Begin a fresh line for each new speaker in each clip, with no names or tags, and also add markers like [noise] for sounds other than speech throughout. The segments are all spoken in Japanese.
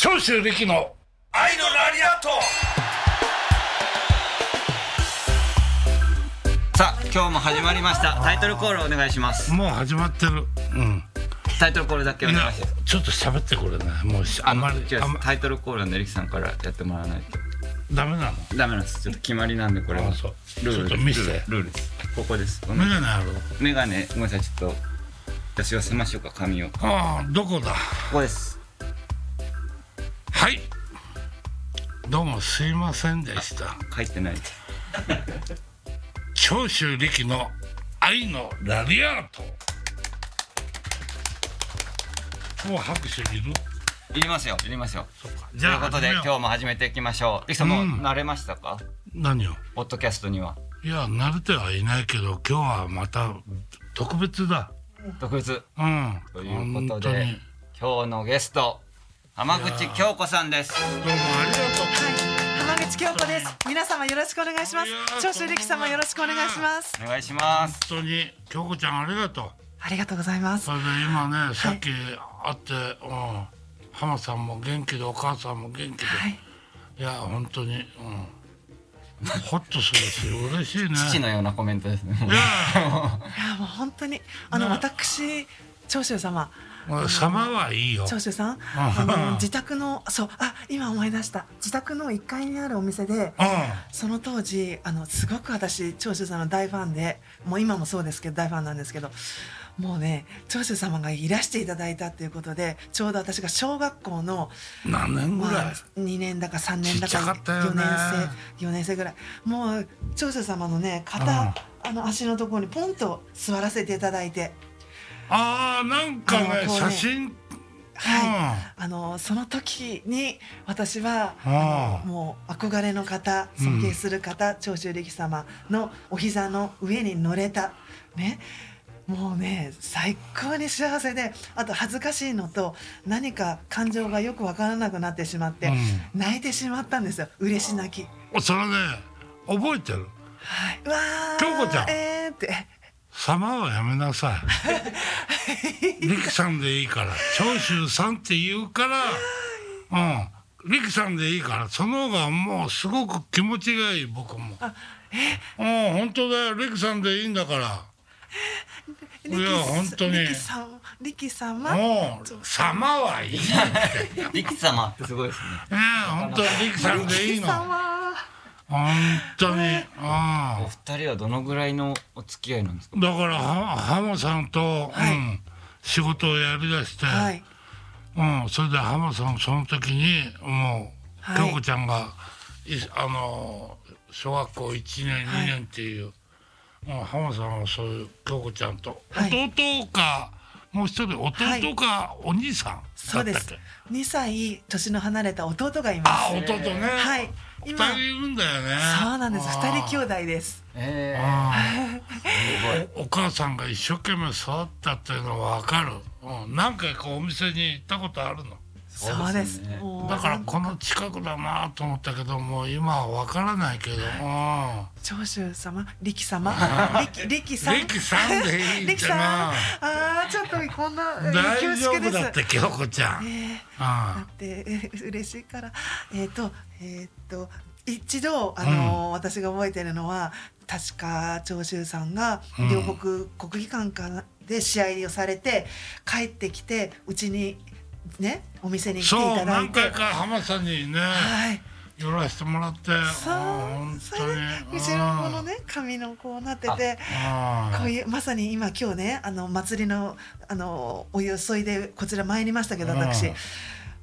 長州力の愛のラリアット
さあ今日も始まりましたタイトルコールお願いします
もう始まってるうん
タイトルコールだけお
い
願
や
いします
ちょっと喋ってこれねもうしあんまり
違う
あんま
タイトルコールはねりきさんからやってもらわないと
ダメなの
ダメなんですちょっと決まりなんでこれ
あ
は
そう
ルール
ちょっと見せて
ルールルールですここですごめ
メ
ん
ガネある
メガネごめんなさいちょっと私寄せましょうか髪をこ
ああどこだ
こです
はいどうもすいませんでした
書いてないです
長州力の愛のラリアートもう拍手いる
いりますよいりますよ
そっか
ということで
始めよ
今日も始めていきましょうりきさんもう慣れましたか
う何を
ポッドキャストにはい
や慣れてはいないけど今日はまた特別だ
特別
うん
というこ
本
と
当
で
に
今日のゲスト浜口京子さんです
どうもありがとう
浜口京子です。皆様よろしくお願いしま
い
す
や。ー
長州力様よろしくお願いします。
お願いします
本当に京子ちゃんありがとう
ありがとうございます
そ。れで今ねさっき会って、うん浜さんも元気でお母さんも元気で、
はい。
いや本当に、うん、ホッとするし嬉しいね
父のようなコメントですね
いや
いやもう本当にあの
ね
私長州様。
もう様はいいよ
長州さん、あの自宅のそうあ今思い出した自宅の1階にあるお店で
うん
その当時あのすごく私長州様の大ファンでもう今もそうですけど大ファンなんですけどもうね長州様がいらしていただいたっていうことでちょうど私が小学校の
何年ぐら
ま
い
あ、2年だか3年だ
ちっちゃか
か
ったよ
4
ね
年生4年生ぐらいもう長州様のね肩、あの足のところにポンと座らせていただいて
ああなんか
あのこ
ね
うね
写真
はい、あのその時に私は
あ
あ
あ
のもう憧れの方
うん
尊敬する方、長州力様のお膝の上に乗れたねもうね最高に幸せであと恥ずかしいのと何か感情がよくわからなくなってしまって、
う
泣いてしまったんですよ嬉し泣き。
うんそれね覚えてる
はい、うわー
京子ちゃん
えーって
様はやめなさい力さんでいいから長州さんって言うからうん力さんでいいからその方がもうすごく気持ちがいい僕もうん本当だよ力さんでいいんだからいや本当に
力さん力様
もう様はいいね
力様ってすごいですね
え本当力さんでいいの
力様
本当にあ
お二人はどのぐらいのお付き合いなんですか
だからは浜さんと、
はい
うん、仕事をやりだして、
はい
うん、それで浜さんその時にもう
はい
京子ちゃんがいあの小学校1年
は
2
い
年っていう、もう浜さんはそういう京子ちゃんと、
はい
弟かもう一人弟かお兄さんだったっけ、
そうです2歳年の離れた弟がいま
あ
す
弟ね、
はい
2
今
人いるんだよね
そうなんです2人兄
弟
弟です
え
お母さんが一生懸命育ったっていうのは分かる、うん、何回かお店に行ったことあるの
そうです
そうですね
もう
だからこの近くだなと思ったけどもう今は分からないけども
長州様力様力力さん
力さんでいいん
力
じ
さん
ゃ
あーちょっとこんな
な
えー恐
大丈
縮で
夫
す
だって京子ちゃん、
え
うん
ーだって [laughs] えー嬉しいからえっ、とえっ、と一度あのー、私が覚えてるのは確か長州さんが
うん
両国、国技館かなで試合をされて帰ってきてうちにねお店に来
そう
ていただい
何
て
回か浜さんにね
はい
寄らせてもらって
そう
本
そ
当に
れで後ろのね髪のこうなっててこう
う
いうまさに今今日ねあの祭りのあのお湯を注いでこちら参りましたけど私
うん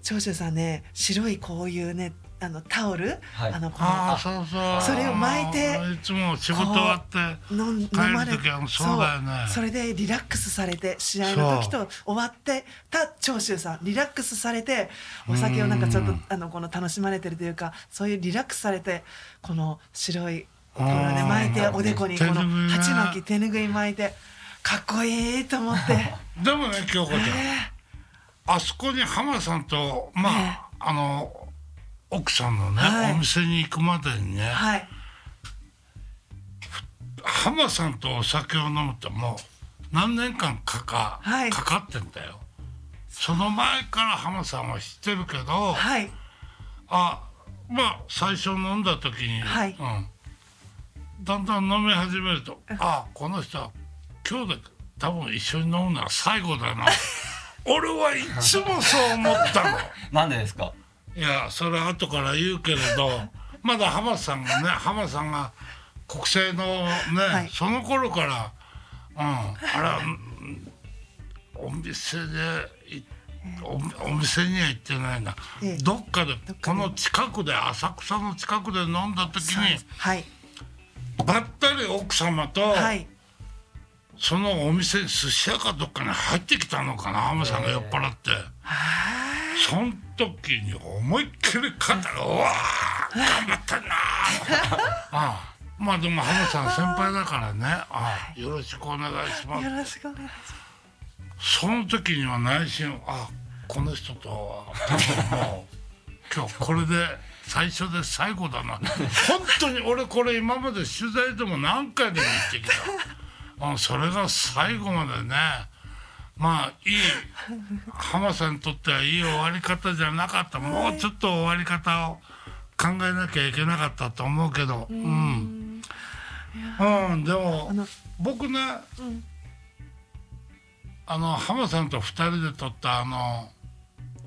長州さんね白いこういうねあのタオル、
はい
あのこ
ああ
の
そうそう
それを巻いて
いつも仕事終わって
飲ん飲
帰る
まれ
時はそうだよね
そうそれでリラックスされて試合の時
そ
と終わってた長州さんリラックスされてお酒をなんかちょっとあのこの楽しまれてるというかそういうリラックスされてこの白いこれね
うん
巻いておでこにこの
手拭いね
鉢巻き手拭い巻いてかっこいいと思って。
[laughs] でもね京子ちゃん、あそこに浜さんとまあ、
え
あの奥さんのね、
はい
お店に行くまでにね、
はい
浜さんとお酒を飲むともう何年間かか,、
はい
かかってんだよその前から浜さんは知ってるけど、
はい
あまあ最初飲んだ時に、
はい
うん、だんだん飲み始めるとあこの人は今日で多分一緒に飲むのは最後
[laughs]
だな俺はいつもそう思ったの。
なんでですか。
いやそれは後から言うけれ
[laughs]
どまだ浜田さんがね浜田さんが国政のね、
い
その頃から、うん、あれはうんお店でいおお店には行ってないな、
ええ
どっかで
どっか
こ
で
の近くで浅草の近くで飲んだ時
そうで
に
すはい
ばったり奥様と、
はい
そのお店に寿司屋かどっかに入ってきたのかな浜田さんが酔っ払って。その時に思いっきり肩が「うわあ頑張ったなあ」ああまあでも浜田さん先輩だからねああよろしくお願いしま
よ
す
ろしくお願いします
その時には内心あこの人とは多分もう今日これで最初で最後だな本当に俺これ今まで取材でも何回でも言ってきたあそれが最後までねまあいい浜さんにとってはいい終わり方じゃなかったもうちょっと終わり方を考えなきゃいけなかったと思うけどうん、うん、でも
あの
僕ね、あの浜さんと二人で撮ったあの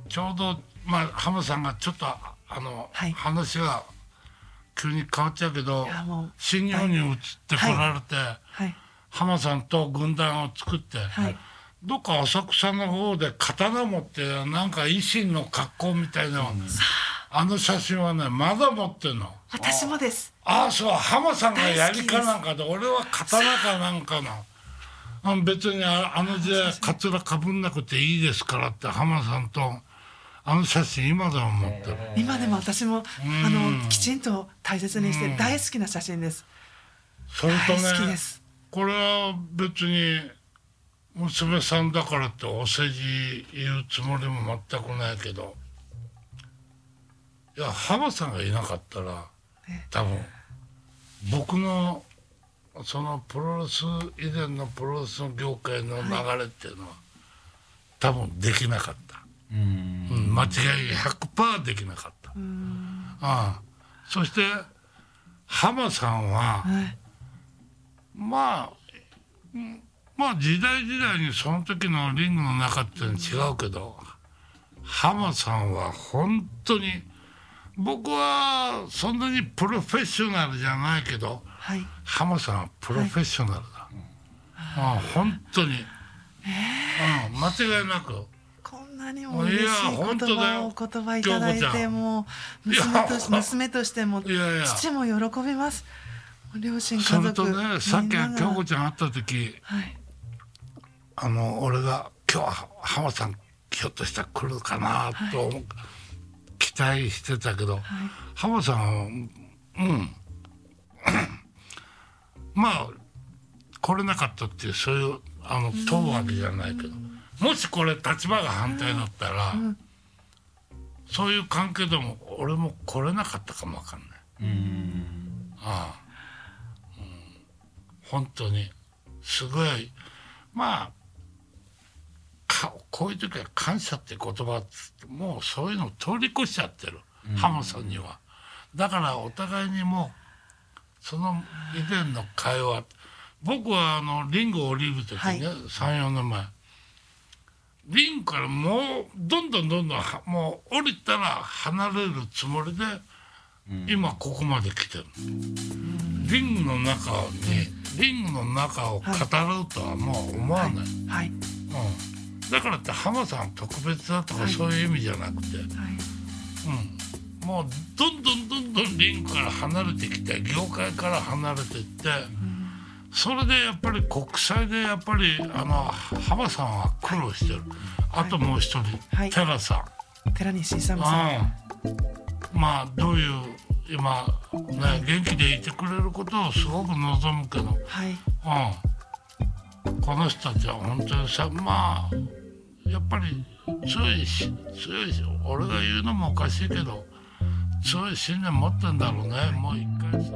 ちょうど、まあ、浜さんがちょっとあの、
はい
話が急に変わっちゃうけど
いやもう
新日本に移ってこられて、
はい
浜さんと軍団を作って、
はい
どっか浅草の方で刀持ってなんか維新の格好みたいな、あの写真はねまだ持ってんの。
私もです
ああそう浜さんが槍
大好きで
か
す
なんかで俺は刀かなんかのあ別にああの時代カツラかぶんなくていいですからって浜さんとあの写真今でも持ってる
今でも私もあのきちんと大切にして大好きな写真です
それと
大好き
ね
です
これは別に娘さんだからってお世辞言うつもりも全くないけどいや浜さんがいなかったら
ね
多分僕のそのプロレス以前のプロレスの業界の流れっていうのは、多分できなかった、
うん。
うん、間違い100%できなかった。ああそして浜さんは、
はい
まあうんまあ時代時代にその時のリングの中っていうのは違うけど浜さんは本当に僕はそんなにプロフェッショナルじゃないけど
はい
浜さんはプロフェッショナルだ、ああ本当に、うん、間違いなく
こんなにも嬉しい
いや
言
本当だ
葉
よ
をお言葉いただい
京子ち
て
ゃん
もう
いや
娘とし娘としても
いやいや
父も喜びます両親家
そ
族
れとねさっき
みんなが
京子ちゃん会った時
はい
あの俺が今日は浜さんひょっとしたら来るかなと思う、期待してたけど、浜さんはうん [coughs] まあ来れなかったっていうそういうあの問うわけじゃないけどもしこれ立場が反対だったら、そういう関係でも俺も来れなかったかもわかんない。ああ、うん、本当にすごいまあかこういう時は感謝って言葉っつってもうそういうの通り越しちゃってる、ハモさんにはだからお互いにもうその以前の会話僕はあのリングを降りる時ね、34年前リングからもうどんどんどんどんはもう降りたら離れるつもりで、今ここまで来てるリングの中にリングの中を語ろうとはもう思わない、
はい
うん、だからって浜さんは特別だとかそういう意味じゃなくて、
はい
うん、もうどんどんどんどんリンクから離れてきて業界から離れていって、それでやっぱり国際でやっぱりあの浜さんは苦労してる、あともう一人、
はい
寺さん。
寺西勇さん
うん、まあどういう今、ね、元気でいてくれることをすごく望むけど、
はい
うん、この人たちは本当にさまあやっぱり強いし強いし俺が言うのもおかしいけど強い信念持ってんだろうねもう一回さ。